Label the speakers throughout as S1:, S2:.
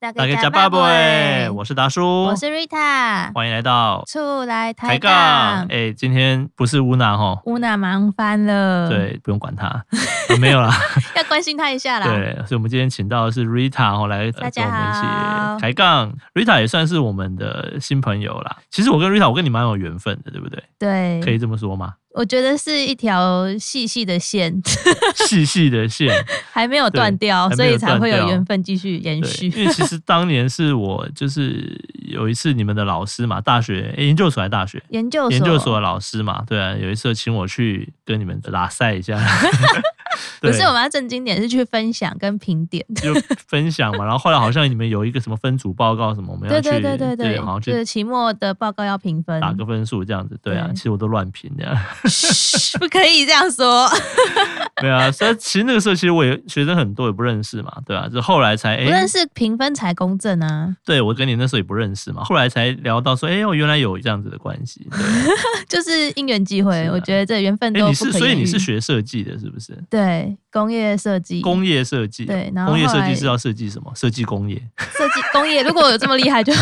S1: 大家拜
S2: 爸爸，
S1: 拜，
S2: 我是达叔，
S1: 我是 Rita，
S2: 欢迎来到
S1: 出来抬
S2: 杠。
S1: 杠。
S2: 哎、今天不是乌娜哈，
S1: 乌娜忙翻了，，
S2: 对，不用管他，啊没 有啦。
S1: 要关心他一下啦。
S2: 对，所以我们今天请到的是 Rita 哦，来
S1: 啊大
S2: 呃
S1: 家
S2: 跟我们一
S1: 好
S2: 起抬杠。Rita 也算是我们的新朋友啦。其实我跟 Rita，我跟你蛮有缘分的，对不对？
S1: 对，
S2: 可以这么说吗？
S1: 我觉得是一条细细的线，
S2: 细细的线，
S1: 还没有断掉，
S2: 对
S1: 所以才会
S2: 还没有断
S1: 有
S2: 掉
S1: 缘分继续延
S2: 对，
S1: 续。
S2: 因为其实当年是我就是有一次你们的老师嘛，大学、诶研究所还大学。
S1: 研究所，
S2: 研究所的老师嘛，对啊，有一次请我去跟你们拉 赛一下，
S1: 不是
S2: 对
S1: 我们要正经点，是去分享跟评点。
S2: 就分享嘛。然后后来好像你们有一个什么分组报告什么，我们要
S1: 对
S2: 去
S1: 对对对
S2: 好像
S1: 就
S2: 去
S1: 是期末的报告要评分。
S2: 打个分数这样子，对啊，
S1: 对
S2: 其实我都乱评这样，
S1: 嘘 不可以这样说，
S2: 对啊，所以其实那个时候其实我也学生很多也不认识嘛，对啊，就后来才
S1: 不认
S2: 哎，
S1: 识评分才公正啊，
S2: 对我跟你那时候也不认识嘛，后来才聊到说，哎，我原来有这样子的关系，对啊，
S1: 就是因缘际会。
S2: 是啊
S1: 我觉得这缘分
S2: 哎，
S1: 嗯都
S2: 你
S1: 不可
S2: 是所以
S1: 言
S2: 你是
S1: 喻
S2: 学设计的，是不是？
S1: 对工业设计，
S2: 工业设计，
S1: 对然后
S2: 工业
S1: 后
S2: 设计
S1: 来
S2: 是要设计什么？设计工业，
S1: 设计工业，如果有这么厉害就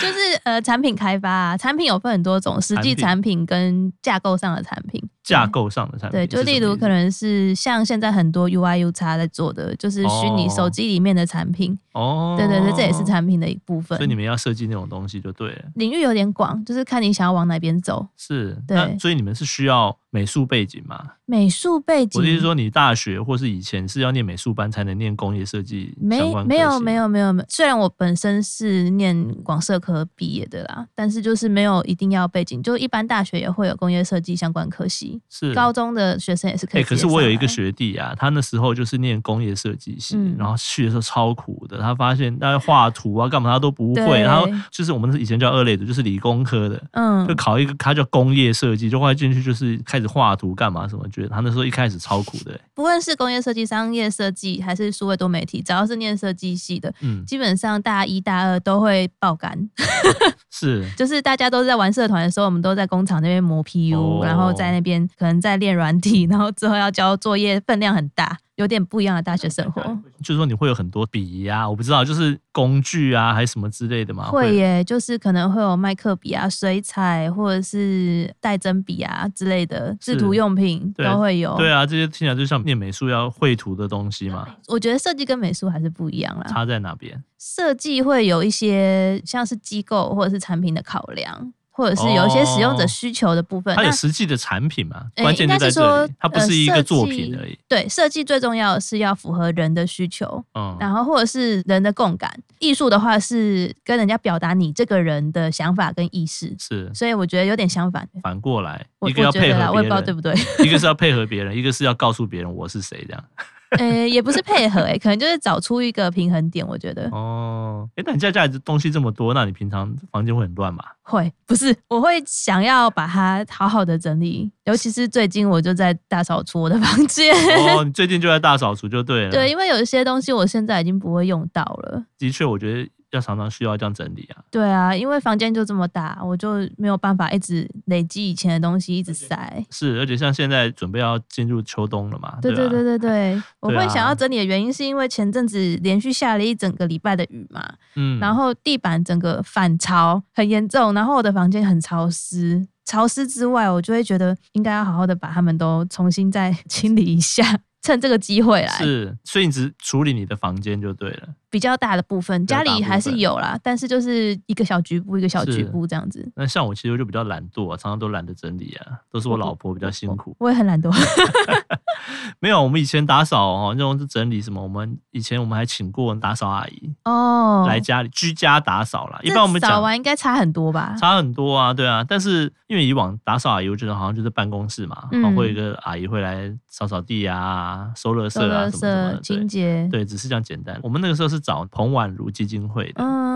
S1: 就是呃产品开发、啊，产品有分很多种，实际
S2: 产
S1: 产品跟架构上的产品。
S2: 架构上的产品
S1: 对，
S2: 是什
S1: 就
S2: 么意
S1: 例
S2: 思，
S1: 如可能是像现在很多 UI U x 在做的，就是虚拟手机里面的产品。
S2: 哦，
S1: 对对对，这也是产品的一部分
S2: 所以。你们要设计那种东西就对了。
S1: 领域有点广，就是看你想要往哪边走。
S2: 是，
S1: 对
S2: 那所以你们是需要美术背景吗？
S1: 美术背景，
S2: 我的意思说，你大学或是以前是要念美术班才能念工业设计相
S1: 没
S2: 关
S1: 没有没
S2: 有，
S1: 有没有没有，虽然我本身是念广设科毕业的啦，但是就是没有一定要背景，就一般大学也会有工业设计相关科系，
S2: 是
S1: 高。中的学生也是可
S2: 哎、
S1: 以、
S2: 可是我有一个，学弟啊，他那时候就是念工业设计系，
S1: 嗯
S2: 然后去的时候超苦的。他发现他画图啊干嘛他都不会，
S1: 对
S2: 然后就是我们以前叫二类组，就是理工科的，
S1: 嗯
S2: 就，考一个他叫工业设计，就后来进去就是开始画图干嘛什么，觉得他那时候一开始超苦的、
S1: 不论是工业设计、商业设计还是数位多媒体，只要是念设计系的，
S2: 嗯，
S1: 基本上大一大二都会爆肝，
S2: 是
S1: 就是大家都在玩社团的时候，我们都在工厂那边磨 PU，、
S2: 哦
S1: 然后在那边可能在练软体，然后之后要交作业，分量很大，有点不一样的大学生活。
S2: 就是说你会有很多笔呀、我不知道，就是工具啊，还是什么之类的嘛。
S1: 会耶，就是可能会有麦克笔啊、水彩或者是带针笔啊之类的制图用品
S2: 对
S1: 都会有。
S2: 对啊，这些听起来就像念美术要绘图的东西嘛，
S1: 我觉得设计跟美术还是不一样啦。
S2: 差在哪边？
S1: 设计会有一些像是机构或者是产品的考量，或者是有一些使用者需求的部分。
S2: 哦它
S1: 那
S2: 有实际的产品嘛？
S1: 呃
S2: 关键就
S1: 应该
S2: 在
S1: 是说
S2: 这里，它不是一
S1: 呃
S2: 个
S1: 设计
S2: 作品而已。
S1: 对设计最重要的是要符合人的需求，然
S2: 嗯，
S1: 后或者是人的共感。艺术的话是跟人家表达你这个人的想法跟意识，
S2: 是
S1: 所以我觉得有点相反。
S2: 反过来，
S1: 我
S2: 一个
S1: 我
S2: 要
S1: 觉
S2: 配
S1: 得啦，我
S2: 合
S1: 也不
S2: 别
S1: 知道对
S2: 人，
S1: 不对。
S2: 一个是要配合别人，一个是要告诉别人我是谁这样。
S1: 呃，也不是配合、欸，可能就是找出一个平衡点。我觉得
S2: 哦，哎，那你家家里东西这么多，那你平常房间会很乱吧？
S1: 会不是，我会想要把它好好的整理，尤其是最近我就在大扫除我的房 间。
S2: 哦，你啊最近就在大扫除就对了。
S1: 对，，因为有一些东西我现在已经不会用到了。
S2: 的确，我觉得要常常需要这样整理啊。
S1: 对啊，因为房间就这么大，我就没有办法一直累积以前的东西，一直塞。
S2: 是，而且像现在准备要进入秋冬了嘛，
S1: 对
S2: 对
S1: 对对
S2: 吧
S1: 对对，我
S2: 对
S1: 会
S2: 啊
S1: 想要整理的原因是因为前阵子连续下了一整个礼拜的雨嘛，
S2: 嗯，
S1: 然后地板整个反潮很严重，然后我的房间很潮湿。潮湿之外，我就会觉得应该要好好的把它们都重新再清理一下， 趁这个机会来。
S2: 是，所以你只处理你的房间就对了。
S1: 比较大的部分，
S2: 比较
S1: 家
S2: 大
S1: 里
S2: 部
S1: 还是
S2: 分
S1: 有啦，但是就是一个小局部，一个小局
S2: 是
S1: 部这样子。
S2: 那像我其实就比较懒惰、啊，常常都懒得整理啊，都是
S1: 哦
S2: 我老婆比较辛苦。
S1: 我也很懒 惰，
S2: 没有，我们以前打扫哦，那种整理什么，我们以前我们还请过打扫阿姨、
S1: 哦，
S2: 来家里居家打扫啦。一
S1: 这
S2: 般我们
S1: 扫
S2: 讲
S1: 完应该差很多吧？
S2: 差很多啊，对啊。但是因为以往打扫阿姨，我觉得好像就是办公室嘛，然后
S1: 嗯
S2: 会有一个阿姨会来扫扫地啊、收垃圾
S1: 收
S2: 啊
S1: 垃
S2: 什么什么的
S1: 圾清
S2: 对。
S1: 洁，
S2: 对，只是这样简单。我们那个时候是找彭婉如基金会的，
S1: 嗯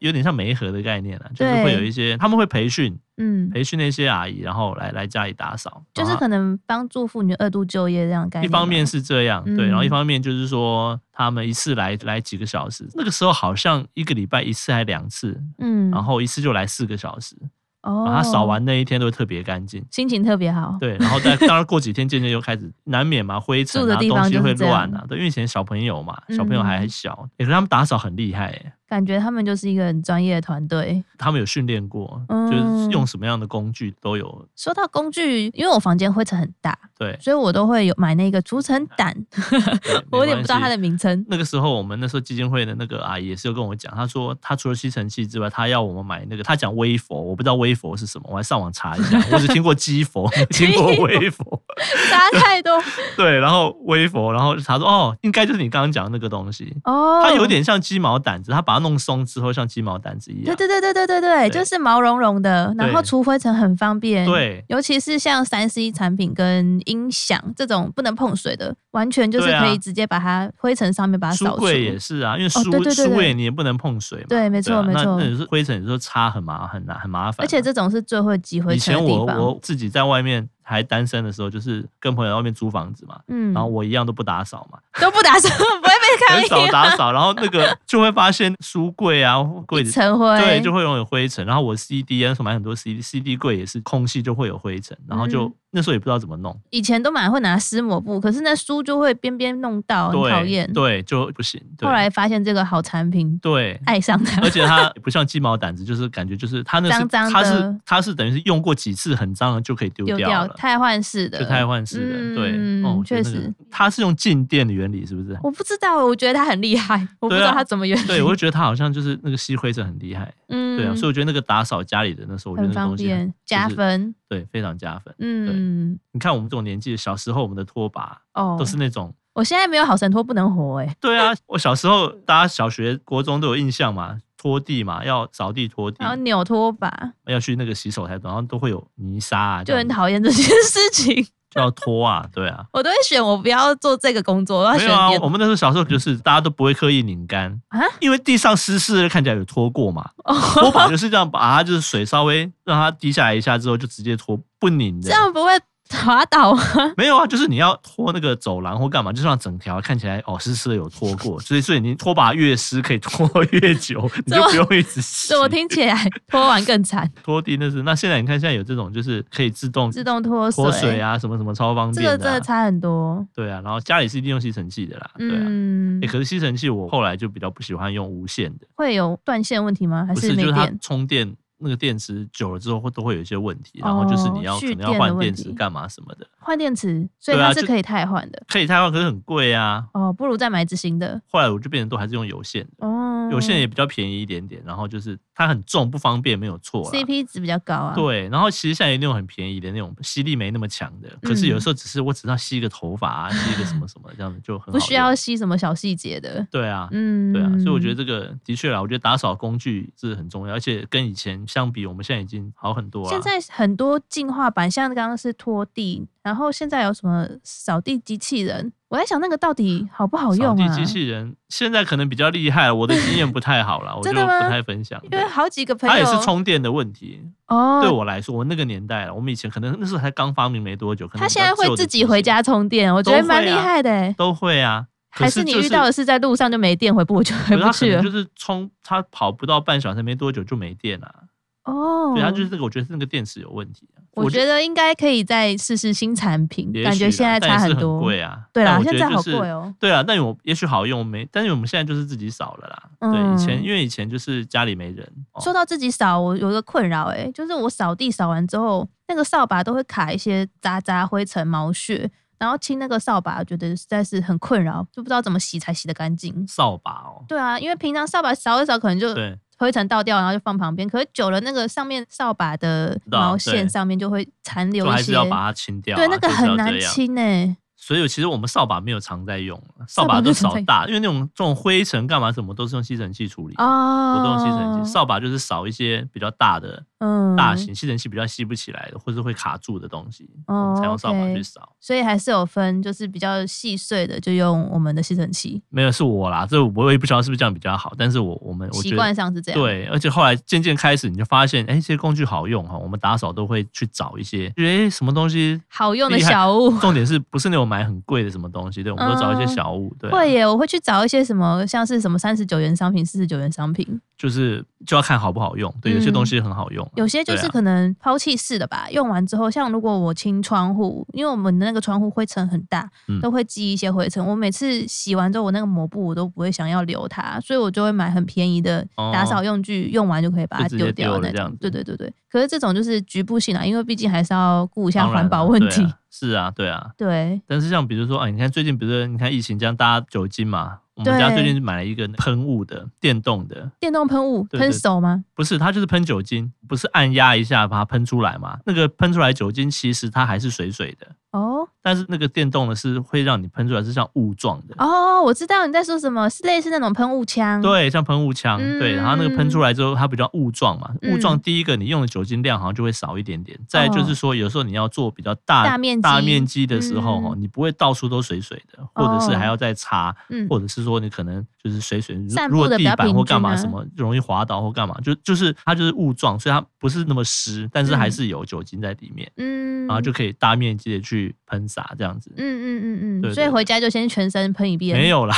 S2: 有点像媒合的概念啊，就是
S1: 对
S2: 会有一些他们会培训
S1: 嗯，
S2: 培训那些阿姨，然后来来家里打扫，
S1: 就是
S2: 然后
S1: 可能帮助妇女二度就业这样的概
S2: 一
S1: 念吧。
S2: 方面是这样，对，
S1: 嗯
S2: 然后一方面就是说他们一次来来几个小时，那个时候好像一个礼拜一次还两次，
S1: 嗯，
S2: 然后一次就来四个小时，
S1: 哦，
S2: 然后它扫完那一天都会特别干净。
S1: 心情特别好，
S2: 对，然后再当然过几天渐渐又开始难免嘛，灰尘
S1: 住的
S2: 啊
S1: 地
S2: 东
S1: 方
S2: 西
S1: 就是
S2: 会
S1: 这样
S2: 乱啊，对，因为以前小朋友嘛，小朋友还
S1: 嗯
S2: 很小，也、是他们打扫很厉害、欸，
S1: 感觉他们就是一个很专业的团队。
S2: 他们有训练过，
S1: 嗯
S2: 就是用什么样的工具都有，
S1: 说到工具，因为我房间灰尘很大，
S2: 对，
S1: 所以我都会有买那个除尘掸，
S2: 对
S1: 我有点不知道它。
S2: 没关
S1: 的
S2: 系
S1: 名称。
S2: 那个时候，我们那时候基金会的那个阿姨也是有跟我讲，她说她除了吸尘器之外，她要我们买那个，她讲微佛，我不知道微佛是什么，我还上网查一 下，我只听过基佛，没听过微佛。
S1: 差太 多
S2: 对，然后微佛，然后她说哦，应该就是你刚刚讲的那个东西，
S1: 哦，
S2: 它有点像鸡毛掸子，它把它弄松之后像鸡毛掸子一
S1: 对
S2: 样。
S1: 对对对对对对，
S2: 对
S1: 就是毛茸茸的，然后
S2: 对
S1: 除灰尘很方便。。
S2: 对
S1: 尤其是像三 C 产品跟音响这种不能碰水的，完全就是
S2: 对啊
S1: 可以直接把它灰尘上面把它
S2: 书
S1: 扫除。哦
S2: 柜也是啊，因为书、
S1: 对对对
S2: 书
S1: 对
S2: 柜你也不能碰水嘛。
S1: 对没错
S2: 啊
S1: 没错
S2: 那那有时候灰尘有时候擦很麻很难很麻烦啊、
S1: 而且这种是最会积灰
S2: 以
S1: 尘
S2: 前
S1: 的
S2: 我
S1: 地方。
S2: 我自己在外面还单身的时候，就是跟朋友在外面租房子嘛，
S1: 嗯，
S2: 然后我一样都不打扫 嘛，
S1: 都不打扫，不会
S2: 很
S1: 被抗
S2: 少
S1: 议、
S2: 打
S1: 啊。
S2: 扫，然后那 个就会发现书柜啊柜
S1: 一
S2: 子。
S1: 尘灰，
S2: 对，就会容易有灰尘。然后我 CD 啊，什么买很多 CD，CD 柜也是空隙就会有灰尘，然后就、
S1: 嗯
S2: 那时候也不知道怎么弄，
S1: 以前都买会拿湿抹布，可是那书就会边边弄到，很讨
S2: 对
S1: 厌。
S2: 对嗯就不行。对
S1: 后来哎发现这个好产品，
S2: 对，
S1: 爱上它
S2: 而。且它也不像鸡毛掸子，就是感觉就是它那是
S1: 脏脏的
S2: 它是它是等于是用过几次很脏了就可以丢
S1: 丢
S2: 掉
S1: 掉
S2: 了，
S1: 太换式的，
S2: 就太换式的，对，哦，
S1: 嗯
S2: 我觉得
S1: 确
S2: 那个
S1: 实，
S2: 它是用静电的原理，是不是？
S1: 我不知道，我觉得他很厉害，我不知道他怎么原理。
S2: 对，我就觉得它好像就是那个吸灰尘很厉害，
S1: 嗯
S2: 对啊，所以我觉得那个打扫家里的那时候，我觉得
S1: 很
S2: 那个
S1: 方
S2: 东西
S1: 便，加
S2: 就是
S1: 分。
S2: 对非常加分。
S1: 嗯，
S2: 你看我们这种年纪，小时候我们的拖把
S1: 哦
S2: 都，是那种，
S1: 我现在没有好神拖不能活哎、
S2: 对啊，我小时候大家小学、国中都有印象嘛，拖地嘛，要扫地拖地
S1: 然，后扭拖把，
S2: 要去那个洗手台，然后都会有泥沙啊，
S1: 就
S2: 这样
S1: 很
S2: 子
S1: 讨厌这件事情。
S2: 就要拖啊，对啊。
S1: 我都会选我不要做这个工作，我要
S2: 没
S1: 选
S2: 有啊，
S1: 别的
S2: 我们那时候小时候就是大家都不会刻意拧干
S1: 啊
S2: 因为地上湿湿的，看起来有拖过嘛。拖
S1: 哦，
S2: 把就是这样，把它就是水稍微让它滴下来一下之后，就直接拖，不拧的。
S1: 这样不会滑 倒吗？
S2: 没有啊，就是你要拖那个走廊或干嘛，就是让整条看起来哦湿湿的有拖 过，所以所以你拖把越湿可以拖越久，你就不用一直洗
S1: 这。我听起来拖完更惨，
S2: 拖地那是那现在你看现在有这种就是可以自动
S1: 自动脱水
S2: 脱水，啊什么什么超方
S1: 这
S2: 便
S1: 个真
S2: 的啊、
S1: 的差很多。
S2: 对啊，然后家里是一定用吸尘器的啦，对啊。
S1: 嗯
S2: 欸，可是吸尘器我后来就比较不喜欢用无线的，
S1: 会有断线问题吗？还
S2: 不是就
S1: 没
S2: 是它
S1: 电？
S2: 充电那个电池久了之后会都会有一些问题，然后就是你要、
S1: 哦
S2: 可
S1: 蓄
S2: 能要
S1: 电的
S2: 换
S1: 问
S2: 电池
S1: 题
S2: 干嘛什么的，
S1: 换电池，所以
S2: 对啊
S1: 它是
S2: 就
S1: 可以汰换的。
S2: 可以汰换，可是很贵啊。
S1: 哦，不如再买一只新的。
S2: 后来我就变成都还是用有线的，
S1: 哦，
S2: 有线也比较便宜一点点，然后就是它很重不方便没有错啦。
S1: CP 值比较高啊。，
S2: 对，然后其实现在有那种很便宜的那种吸力没那么强的，可
S1: 嗯
S2: 是有时候只是我只要吸一个头发啊，吸一个什么什么这样子就很好
S1: 不需
S2: 用
S1: 要吸什么小细节的。
S2: 对啊，
S1: 嗯，
S2: 对啊，所以我觉得这个的确啦，我觉得打扫工具是很重要，而且跟以前相比，我们现在已经好很多了。啊
S1: 现在很多进化版，像刚刚是拖地，然后现在有什么扫地机器人？我在想那个到底好不好
S2: 扫
S1: 用
S2: 地
S1: 啊？
S2: 机器人现在可能比较厉害，我的经验不太好 啦，我就
S1: 真的吗
S2: 不太分享。
S1: 因为好几个朋友
S2: 它也是充电的问题，对
S1: 哦，
S2: 我来说，我那个年代了，我们以前可能那时候才刚发明没多久，可能
S1: 他现在
S2: 比较
S1: 会
S2: 旧的
S1: 自己
S2: 机型
S1: 回家充电，我觉
S2: 都
S1: 得
S2: 会
S1: 蛮厉
S2: 啊
S1: 害的欸。
S2: 都会啊，可
S1: 还是你
S2: 就
S1: 遇到的是在路上就没电回不回去回
S2: 可是
S1: 不
S2: 它可
S1: 去
S2: 能
S1: 了？
S2: 就是充，它跑不到半小时没多久就没电了、啊
S1: 哦，
S2: 对，它就是那个，我觉得是那个电池有问题啊、
S1: 我觉得应该可以再试试新产品，
S2: 也
S1: 感
S2: 许
S1: 觉
S2: 啦
S1: 现在
S2: 但也
S1: 差
S2: 是很
S1: 多。
S2: 贵啊。
S1: 对
S2: 但
S1: 啦，
S2: 我觉
S1: 现
S2: 得
S1: 在好
S2: 就是
S1: 贵哦、
S2: 对啊，但我也许好用没，但是我们现在就是自己扫了啦。对，以前
S1: 嗯
S2: 因为以前就是家里没人，哦
S1: 说到自己扫，我有一个困扰，哎，就是我扫地扫完之后，那个扫把都会卡一些渣渣、灰尘、毛屑，然后清那个扫把，我觉得实在是很困扰，就不知道怎么洗才洗得干净。
S2: 扫把哦，
S1: 对啊，因为平常扫把扫一扫，可能就
S2: 对
S1: 灰尘倒掉，然后就放旁边。可是久了，那个上面扫把的
S2: 道
S1: 毛
S2: 对
S1: 线上面就会残留
S2: 就
S1: 一
S2: 还
S1: 些
S2: 是，要把它清掉啊、
S1: 对，那个
S2: 就是
S1: 很
S2: 要
S1: 难
S2: 这样。
S1: 清哎。
S2: 所以其实我们扫把没有常在用，
S1: 扫
S2: 扫
S1: 把
S2: 把
S1: 没有
S2: 都
S1: 常
S2: 扫
S1: 在
S2: 大，因为那种这种灰尘干嘛什么都是用吸尘器处理。
S1: 哦，
S2: 我都用吸尘器，扫把就是扫一些比较大的、
S1: 嗯
S2: 大型吸尘器比较吸不起来的，或是会卡住的东西，我们
S1: 哦
S2: 才用扫把
S1: OK
S2: 去扫。
S1: 所以还是有分，就是比较细碎的，就用我们的吸尘器，
S2: 没有是我啦，这我也不知道是不是这样比较好，但是我我们我
S1: 习
S2: 觉得
S1: 惯上是这样。，
S2: 对，而且后来渐渐开始，你就发现，哎，这些工具好用哈。我们打扫都会去找一些，觉得哎什么东西，
S1: 好用的
S2: 厉害
S1: 小物。
S2: 重点是不是那种买很贵的什么东西？对，我们都找一些
S1: 嗯
S2: 小物，对啊、
S1: 会耶，我会去找一些什么，像是什么三十九元商品、四十九元商品，
S2: 就是就要看好不好用。对，有些东西很好用啊、
S1: 嗯有些就是
S2: 对啊
S1: 可能抛弃式的吧，用完之后，像如果我清窗户，因为我们的那个窗户灰尘很大，
S2: 嗯
S1: 都会积一些灰尘。我每次洗完之后，我那个抹布我都不会想要留它，所以我就会买很便宜的
S2: 哦
S1: 打扫用具，用完就可以把它
S2: 就直
S1: 丢
S2: 接
S1: 掉
S2: 丢了
S1: 那
S2: 这样
S1: 种
S2: 子。
S1: 对对对对。可是这种就是局部性啊，因为毕竟还是要顾一下
S2: 当然
S1: 环
S2: 啊
S1: 保问
S2: 对啊
S1: 题。
S2: 是啊，对啊。
S1: 对，
S2: 但是像比如说啊，你看最近，比如说你看疫情这样，大家酒精嘛，我们
S1: 对
S2: 家最近买了一个喷雾的电动的，
S1: 电动喷雾
S2: 对
S1: 喷
S2: 对
S1: 手吗？
S2: 不是它就是喷酒精，不是按压一下把它喷出来嘛？那个喷出来酒精其实它还是水水的，
S1: 哦
S2: 但是那个电动的是会让你喷出来是像雾状的，
S1: 哦，我知道你在说什么，是类似那种喷雾枪。
S2: 对，像喷雾枪，对，然后那个喷
S1: 嗯
S2: 出来之后它比较雾状嘛，雾状
S1: 嗯
S2: 第一个你用的酒精量好像就会少一点点，再来就
S1: 哦
S2: 是说有时候你要做比较大
S1: 大面积
S2: 积的时候哦，
S1: 嗯
S2: 你不会到处都水水的，或者是还
S1: 哦
S2: 要再擦。
S1: 嗯，
S2: 或者是说你可能就是水水，如
S1: 散
S2: 如
S1: 步
S2: 果
S1: 得比
S2: 地
S1: 较
S2: 板
S1: 平
S2: 或
S1: 均
S2: 干嘛
S1: 啊
S2: 什么容易滑倒或干嘛，就就是它就是雾状，所以它不是那么湿，但是还
S1: 嗯
S2: 是有酒精在里面，
S1: 嗯，
S2: 啊然后就可以大面积的去喷洒这样子。
S1: 嗯嗯嗯嗯，
S2: 对
S1: 所以
S2: 对
S1: 回
S2: 对
S1: 家就先全身喷一遍。
S2: 没有啦，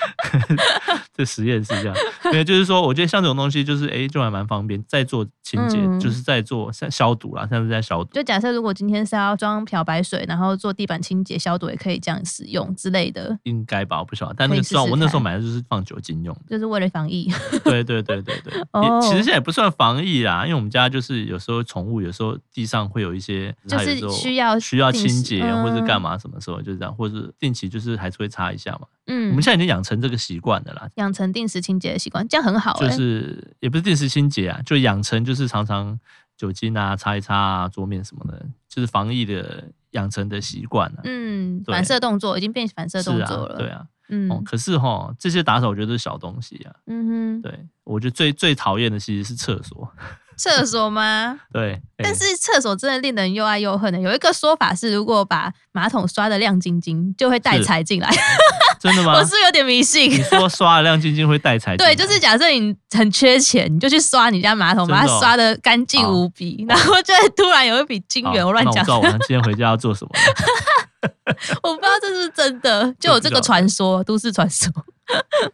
S2: 这实验是这样。对，就是说，我觉得像这种东西，就是哎、诶就还蛮方便，在做清洁，
S1: 嗯
S2: 就是在做像消毒啦，像是在消毒。
S1: 就假设如果今天是要装漂白水，然后做地板清洁消毒，也可以这样使用之类的，
S2: 应该吧，我不晓得，但
S1: 可
S2: 那
S1: 以
S2: 个
S1: 试
S2: 知道
S1: 试
S2: 我那时候
S1: 看
S2: 买的就是放酒精 用的。
S1: 就是为了防疫。
S2: 对对对对对，
S1: 哦
S2: 也其实现在也不算防疫啦，因为我们家就是有时候宠物有时候地上会有一些，
S1: 就是
S2: 它有时候
S1: 需要
S2: 需要
S1: 定
S2: 清
S1: 时
S2: 洁
S1: 嗯
S2: 啊或者干嘛什么时候就是这样，或者是定期就是还是会擦一下嘛。我
S1: 嗯
S2: 们现，在已经养成这个习惯的啦，
S1: 养成定时清洁的习惯，这样很好、欸。
S2: 就是也不是定时清洁啊，就养成就是常常酒精啊擦一擦啊桌面什么的，就是防疫的养成的习惯啊。
S1: 嗯，
S2: 对
S1: 反射动作已经变反射
S2: 是
S1: 动
S2: 啊
S1: 作了。，
S2: 对啊，
S1: 嗯
S2: 哦，可是哈，这些打扫我觉得都是小东西啊。
S1: 嗯哼，
S2: 对，我觉得最最讨厌的其实是厕所。
S1: 厕所吗？
S2: 对，哎
S1: 但是厕所真的令人又爱又恨的、欸有一个说法是，如果把马桶刷的亮晶晶，就会带
S2: 是
S1: 财进来。
S2: 真的吗？
S1: 我是不是有点迷信
S2: 你。说刷了亮晶晶会 带财进
S1: 对，
S2: 来？
S1: 就是假设你很缺钱，你就去刷你家马桶，
S2: 真的
S1: 把
S2: 哦
S1: 它刷的干净
S2: 好
S1: 无比，然后就会突然有一笔金
S2: 好
S1: 元。我乱
S2: 那我
S1: 讲
S2: 知，道 我今天回家要做什么了。
S1: 我不知道这是不是真的，就有这个传说，都市传说。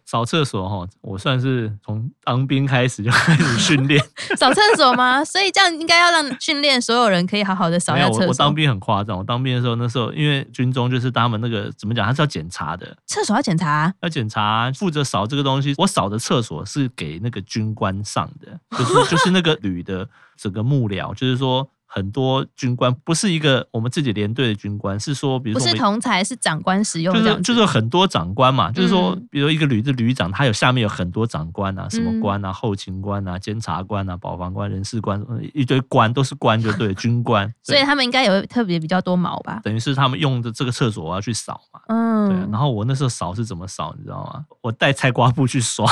S2: 扫厕所哈，我算是从当兵开始就开始训练。
S1: 扫厕所吗？ 所以这样应该要让训练所有人可以好好的扫一
S2: 没
S1: 下
S2: 有，我
S1: 厕
S2: 我当
S1: 所。
S2: 兵很夸张，我当兵的时候，那时候因为军中就是他们那个怎么讲，他是要检查的，
S1: 厕所要检查啊、
S2: 要检查负责扫这个东西。我扫的厕所是给那个军官上 的，就是就是那个旅的整个幕僚，就是说。很多军官不是一个我们自己连队的军官，是说，比如
S1: 不
S2: 说
S1: 是
S2: 我们
S1: 同才，是长官使用
S2: 就
S1: 这
S2: 是
S1: 样
S2: 就是
S1: 子
S2: 有很多长官嘛，就是说
S1: 嗯，
S2: 比如一个旅的旅长，他有下面有很多长官啊，什么官啊，后勤官啊，监察官啊，保防官、人事官，呃一堆官都是官就对了，军官，
S1: 所
S2: 对
S1: 以他们应该也会特别比较多毛吧？
S2: 等于是他们用的这个厕所我要去扫嘛。对啊，
S1: 嗯
S2: 然，后我那时候扫是怎么扫，你知道吗？我带菜瓜布去刷，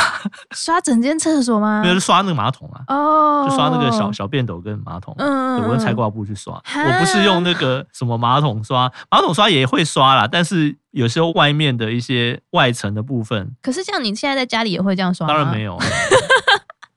S1: 刷整间厕所吗
S2: 没？有就刷那个马桶啊，
S1: 嗯哦，
S2: 就刷那个小小便斗跟马桶啊。
S1: 嗯，嗯
S2: 对我用
S1: 嗯
S2: 菜瓜布去刷，
S1: 哈
S2: 我不是用那个什么马桶刷，马桶刷也会刷啦，但是有时候外面的一些外层的部分，
S1: 可是这样，你现在在家里也会这样刷吗？
S2: 当然没有，
S1: 啊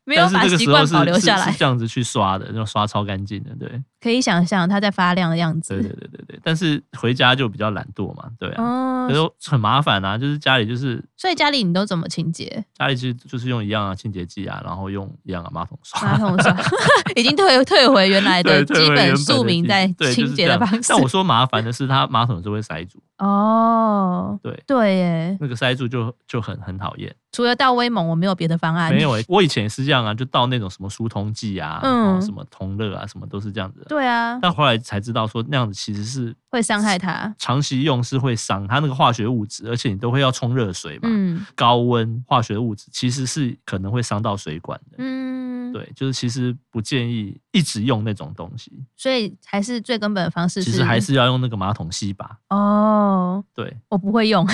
S1: 没有
S2: 但
S1: 把
S2: 是这个
S1: 习
S2: 时候
S1: 惯
S2: 是
S1: 保留下
S2: 是
S1: 来
S2: 是，这样子去刷的，就刷超干净的，对，
S1: 可以想象它在发亮的样
S2: 对对
S1: 子。
S2: 对对对。但是回家就比较懒惰嘛，对啊，
S1: 哦
S2: 可，是很麻烦啊，就是家里就是
S1: 所以家里你都怎么清洁？
S2: 家里其实就是用一样啊清洁剂啊，然后用一样啊马桶刷，
S1: 马桶刷 已经退退回原来的
S2: 对，退
S1: 基
S2: 回原
S1: 本
S2: 的
S1: 庶民
S2: 剂
S1: 在
S2: 对就
S1: 清
S2: 是
S1: 洁
S2: 这
S1: 的
S2: 样
S1: 方式
S2: 但。我说麻烦的是，它马桶是会塞住，
S1: 哦，
S2: 对，
S1: 对耶，
S2: 那个塞住就就很很讨厌。
S1: 除了到威猛，我没有别的方案。
S2: 没有诶、我以前也是这样啊，就到那种什么疏通剂啊，
S1: 嗯
S2: 嗯，什么同乐啊，什么都是这样子的。
S1: 对啊，
S2: 但后来才知道说那样子其实是
S1: 会伤害它。
S2: 长期用是会伤它那个化学物质，而且你都会要冲热水嘛，
S1: 嗯
S2: 高温化学物质其实是可能会伤到水管的。
S1: 嗯，
S2: 对，就是其实不建议一直用那种东西，
S1: 所以还是最根本的方式
S2: 其实还是要用那个马桶吸把。
S1: 哦，
S2: 对，
S1: 我不会用，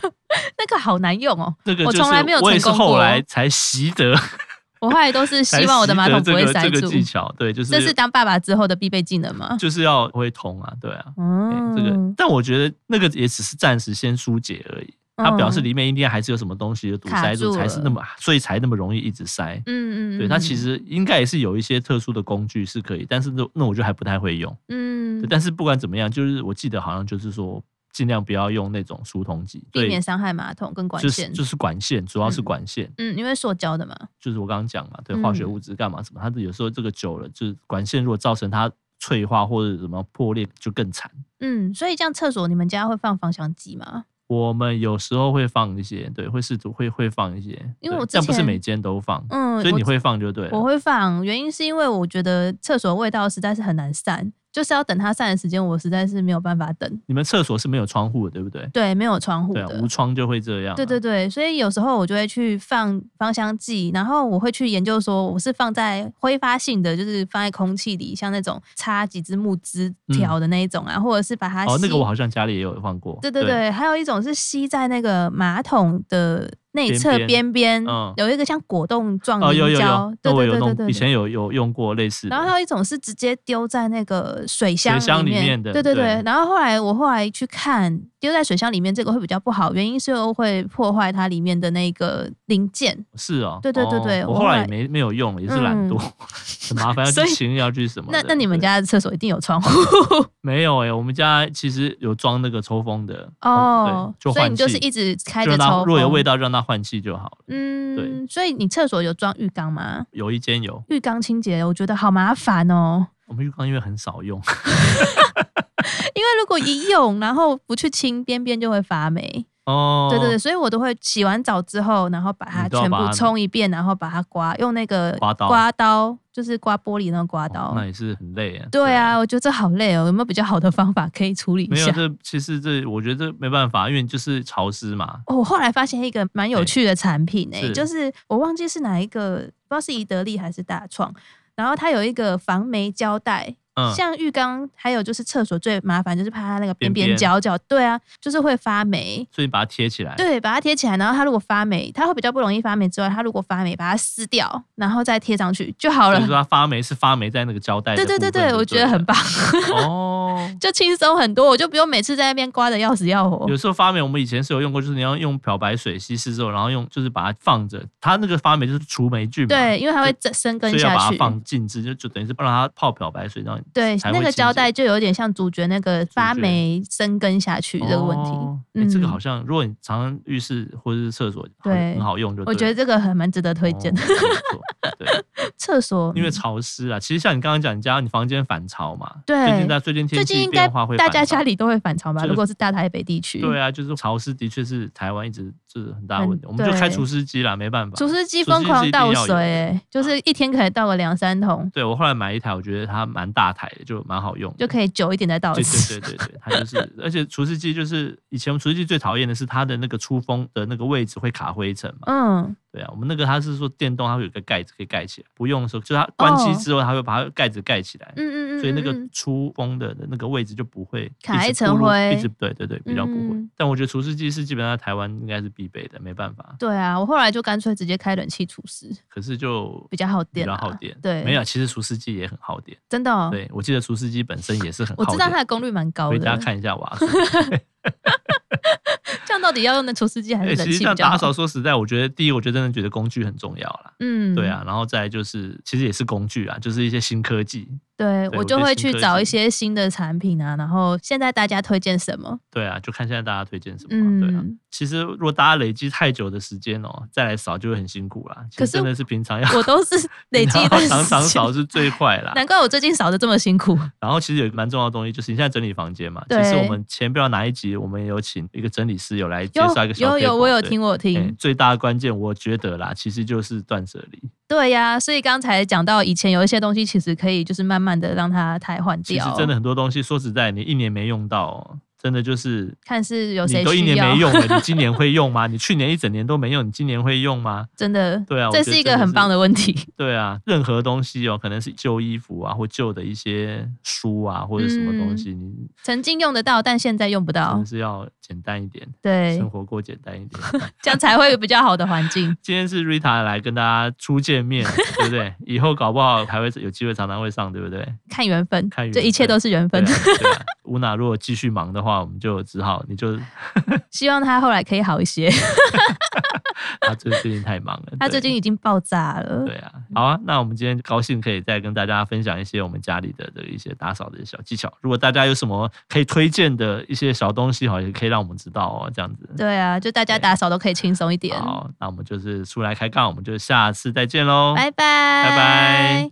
S1: 那个好难用哦。
S2: 那个
S1: 我
S2: 就是
S1: 从来没有
S2: 我也
S1: 成
S2: 是
S1: 功过
S2: 后来才习得，
S1: 我后来都 是
S2: 才
S1: 希望我的马桶
S2: 习
S1: 不
S2: 得
S1: 会
S2: 这个
S1: 塞
S2: 这个
S1: 住。
S2: 技巧。对，就是
S1: 这是当爸爸之后的必备技能吗？
S2: 就是要会通啊，对啊。对
S1: 嗯，
S2: 这个，但我觉得那个也只是暂时先疏解而已。它表示
S1: 嗯
S2: 里面一定还是有什么东西有堵
S1: 卡
S2: 塞住，
S1: 住
S2: 才是
S1: 了
S2: 那么，所以才那么容易一直塞。
S1: 嗯嗯，
S2: 对，
S1: 嗯
S2: 它其，实应该也是有一些特殊的工具是可以，但是那那我就还不太会用。
S1: 嗯
S2: 对，但是不管怎么样，就是我记得好像就是说尽量不要用那种疏通剂，
S1: 避
S2: 对
S1: 免伤害马桶跟管
S2: 就是
S1: 线。
S2: 就是管线，主要是
S1: 嗯
S2: 管线，
S1: 嗯，因为塑胶的嘛，
S2: 就是我刚刚讲嘛，对化学
S1: 嗯
S2: 物质干嘛什么，它有时候这个久了，就是管线如果造成它脆化或者什么破裂，就更惨。
S1: 嗯，所以这样厕所你们家会放芳香剂吗？
S2: 我们有时候会放一些，对，会试图会会放一些，
S1: 因为
S2: 对
S1: 我之
S2: 但不是
S1: 前
S2: 每间都放，
S1: 嗯，
S2: 所以
S1: 我
S2: 你会放就对了。
S1: 我会放，原因是因为我觉得厕所味道实在是很难散，就是要等它散的时间，我实在是没有办法等。
S2: 你们厕所是没有窗户的，对不对？
S1: 对，没有窗户
S2: 对
S1: 的
S2: 啊，，无窗就会这样啊、
S1: 对对对，所以有时候我就会去放芳香剂，然后我会去研究说，我是放在挥发性的，就是放在空气里，像那种插几支木枝条的那一种啊，或者是把它
S2: 嗯哦，那个
S1: 吸
S2: 我好像家里也有放过。
S1: 对对对，还有一种是吸在那个马桶的内
S2: 边
S1: 侧
S2: 边
S1: 边边，
S2: 嗯
S1: 有一个像果冻状
S2: 哦，有
S1: 凝
S2: 有
S1: 胶
S2: 有，，
S1: 对
S2: 那我
S1: 对
S2: 有
S1: 对对
S2: 弄，
S1: 对
S2: 以
S1: 对。
S2: 前有有用过类似的。
S1: 然后还有一种是直接丢在那个水箱
S2: 箱里
S1: 面，
S2: 面的
S1: 对对对
S2: 对。
S1: 然后后来我后来去看，丢在水箱里面这个会比较不好，原因是又会破坏它里面的那个零件。
S2: 是哦，
S1: 对对对
S2: 哦
S1: 对我
S2: 我
S1: 后
S2: 后来
S1: 来嗯
S2: 也没没有用，也是懒惰， 很麻烦，要
S1: 所以
S2: 去清要去什么
S1: 那
S2: 的。
S1: 那你们
S2: 哦对
S1: 家的厕所一定有窗户
S2: 没有哎、我们家其实有装那个抽风的
S1: 哦，
S2: 对就
S1: 所以
S2: 换
S1: 你
S2: 气，
S1: 就是一直开
S2: 就
S1: 着
S2: 让
S1: 抽
S2: 它若有味
S1: 道，
S2: 道让它换气就好了。
S1: 嗯，所以你厕所有装浴缸吗？
S2: 有一间有，
S1: 浴缸清洁我觉得好麻烦哦，
S2: 我们浴缸因为很 少用，
S1: 因为如果一用然后不去清边边就会发霉。
S2: 哦，
S1: 对对对，所以我都会洗完澡之后，然后把它
S2: 你都要
S1: 全
S2: 把
S1: 部
S2: 它
S1: 冲一遍，然后把它刮，用那个
S2: 刮刀
S1: 刮刀就是刮玻璃那个刮
S2: 哦
S1: 刀。
S2: 那也是很累啊。
S1: 对啊，，我觉得这好累哦，有没有比较好的方法可以处理一
S2: 没有
S1: 下？
S2: 这其实这我觉得这没办法，因为就是潮湿嘛，
S1: 哦，我后来发现一个蛮有
S2: 对
S1: 趣的产品诶、
S2: 哎是
S1: 就是我忘记是哪一个，不知道是宜得利还是大创，然后它有一个防霉胶带，
S2: 嗯，
S1: 像浴缸还有就是厕所最麻烦就是怕它那个边边
S2: 边边
S1: 角角，对啊，就是会发霉。
S2: 所以把它贴起来。
S1: 对，把它贴起来，然后它如果发霉，它会比较不容易发霉。之外，它如果发霉，把它撕掉，然后再贴上去就好了
S2: 所以。说它发霉是发霉在那个胶带的
S1: 对
S2: 部
S1: 对
S2: 分就
S1: 对
S2: 对
S1: 对，我觉得很
S2: 了。
S1: 棒，
S2: 哦，
S1: 就轻松很多，我就不用每次在那边刮的要死要活
S2: 有。时候发霉，我们以前是有用过，就是你要用漂白水稀释之后，然后用就是把它放着，它那个发霉就是除霉菌嘛，
S1: 对，因为它会再生根
S2: 所以要
S1: 下
S2: 把它
S1: 去。
S2: 放静置，就就等于是不让它泡漂白水，让你
S1: 对，
S2: 才
S1: 那
S2: 会
S1: 个
S2: 清洁
S1: 胶带就有点像主角那个发
S2: 角
S1: 霉生根下去这个问题。
S2: 哦诶这个
S1: 嗯
S2: 好像如果你常常浴室或者是厕所，好
S1: 对
S2: 很好用就对了。
S1: 我觉得这个很蛮值得推荐。
S2: 哦不错 对，
S1: 厕所嗯
S2: 因为潮湿啊，其实像你刚刚讲，你家你房间反潮嘛，
S1: 对
S2: 最近在最近
S1: 最
S2: 天
S1: 近
S2: 气
S1: 应该
S2: 变化会
S1: 大
S2: 反
S1: 家
S2: 潮
S1: 家。里都会反潮吧？
S2: 这个
S1: 如果是大台北地区，
S2: 对啊，就是潮湿，的确是台湾一直就是很大
S1: 很
S2: 的问题。我们就
S1: 对
S2: 开除湿机啦，没办法。
S1: 除湿机
S2: 除湿
S1: 疯
S2: 机
S1: 狂
S2: 一定要
S1: 倒
S2: 有啊
S1: 水、
S2: 的
S1: 欸，就是一天可以倒个两三桶。
S2: 对我后来买一台，我觉得它蛮大台的，就蛮好用的，
S1: 就可以久一点再倒一
S2: 对
S1: 次。
S2: 对对对对，它就是，而且除湿机就是以前除湿机最讨厌的是它的那个出风的那个位置会卡灰尘嘛。
S1: 嗯，
S2: 对啊，我们那个它是说电动，它会有一个盖子可以盖起来，不用的时候就它关机之后，它会把它盖子盖起来，
S1: 哦嗯嗯嗯，
S2: 所以那
S1: 嗯嗯
S2: 个出风的那个位置就不会
S1: 卡
S2: 直
S1: 一层
S2: 咕噜
S1: 灰
S2: 一直对对对，比较不会。
S1: 嗯
S2: 但我觉得除湿机是基本上台湾应该是必备的，没办法。
S1: 对啊，我后来就干脆直接开冷气除湿，
S2: 可是就
S1: 比较耗
S2: 比
S1: 电
S2: 较
S1: 啦。
S2: 耗电，
S1: 对，
S2: 没有，其实除湿机也很耗电。
S1: 真的、哦。
S2: 对，我记得除湿机本身也是很
S1: 我
S2: 耗
S1: 知道它
S2: 电。
S1: 的功率蛮高
S2: 回
S1: 的，
S2: 家看一下 瓦数。
S1: 这样到底要用的除湿机还
S2: 哎、
S1: 是冷
S2: 其实
S1: 气
S2: 像
S1: 比较
S2: 打
S1: 好？
S2: 扫，说实在，我觉得第一，我觉得真的觉得工具很重要啦。
S1: 嗯，
S2: 对啊，，然后再来就是，其实也是工具啊，就是一些新科技。
S1: 对
S2: 对
S1: 我
S2: 我
S1: 就
S2: 觉得
S1: 会
S2: 新
S1: 去
S2: 科
S1: 找一
S2: 技
S1: 些新的产品啊，然后现在大家推荐什么？
S2: 对啊，就看现在大家推荐什么啊、对啊，
S1: 嗯，
S2: 其实如果大家累积太久的时间哦，再来扫就会很辛苦啦。其
S1: 可
S2: 实
S1: 是
S2: 真的是平常要
S1: 我都是累积一段
S2: 然
S1: 时
S2: 后 常常
S1: 间
S2: 扫，是最快啦。
S1: 难怪我最近扫的这么辛苦。
S2: 然后其实有一个蛮重要的东西，就是你现在整理房间嘛。其实
S1: 对
S2: 我们前不知道哪一集，我们有请一个整理师有来 介
S1: 有
S2: 绍一个
S1: 有
S2: 小
S1: 有，
S2: paper，
S1: 我有
S2: 对
S1: 听，我有
S2: 哎
S1: 听。
S2: 最大的关键，我觉得啦，其实就是断舍离。
S1: 对呀、所以刚才讲到以前有一些东西，其实可以就是慢慢的让它汰换
S2: 其实
S1: 掉。
S2: 真的很多东西，说实在，你一年没用到、哦，真的就是
S1: 看是有谁
S2: 你都一
S1: 需
S2: 年
S1: 要
S2: 没用了，你今年会 用吗？你去年一整年都没用，你今年会用吗？
S1: 真的，
S2: 对啊我
S1: 这
S2: 觉
S1: 是
S2: 得
S1: 一个
S2: 真的
S1: 很
S2: 是
S1: 棒的问题。
S2: 对啊，任何东西哦，可能是旧衣服啊，或旧的一些书啊，或者什么
S1: 嗯
S2: 东西，你
S1: 曾经用得到，但现在用不
S2: 真
S1: 到
S2: 的，是要简单一点，
S1: 对
S2: 生，活过简单一点。。
S1: 这样才会有比较好的环境
S2: 今天是 Rita 来跟大家初见面，对不对？以后搞不好还会有机会常常会上，对不对？
S1: 看缘分，
S2: 看缘
S1: 这一切
S2: 分
S1: 都是缘
S2: 对
S1: 分
S2: 啊。， 对啊。乌娜如果继续忙的话，我们就只好你就
S1: 希望他后来可以好一些。
S2: 他最最近太忙了，
S1: 他
S2: 对
S1: 最近已经爆炸了。
S2: 对啊，好啊，那我们今天高兴可以再跟大家分享一些我们家里的的一些打扫的小技巧。如果大家有什么可以推荐的一些小东西，好，也可以让我们知道哦，这样子。
S1: 对啊，就大家
S2: 对
S1: 打扫都可以轻松一点。
S2: 好，那我们就是出来开杠，我们就下次再见喽，
S1: 拜拜，拜
S2: 拜。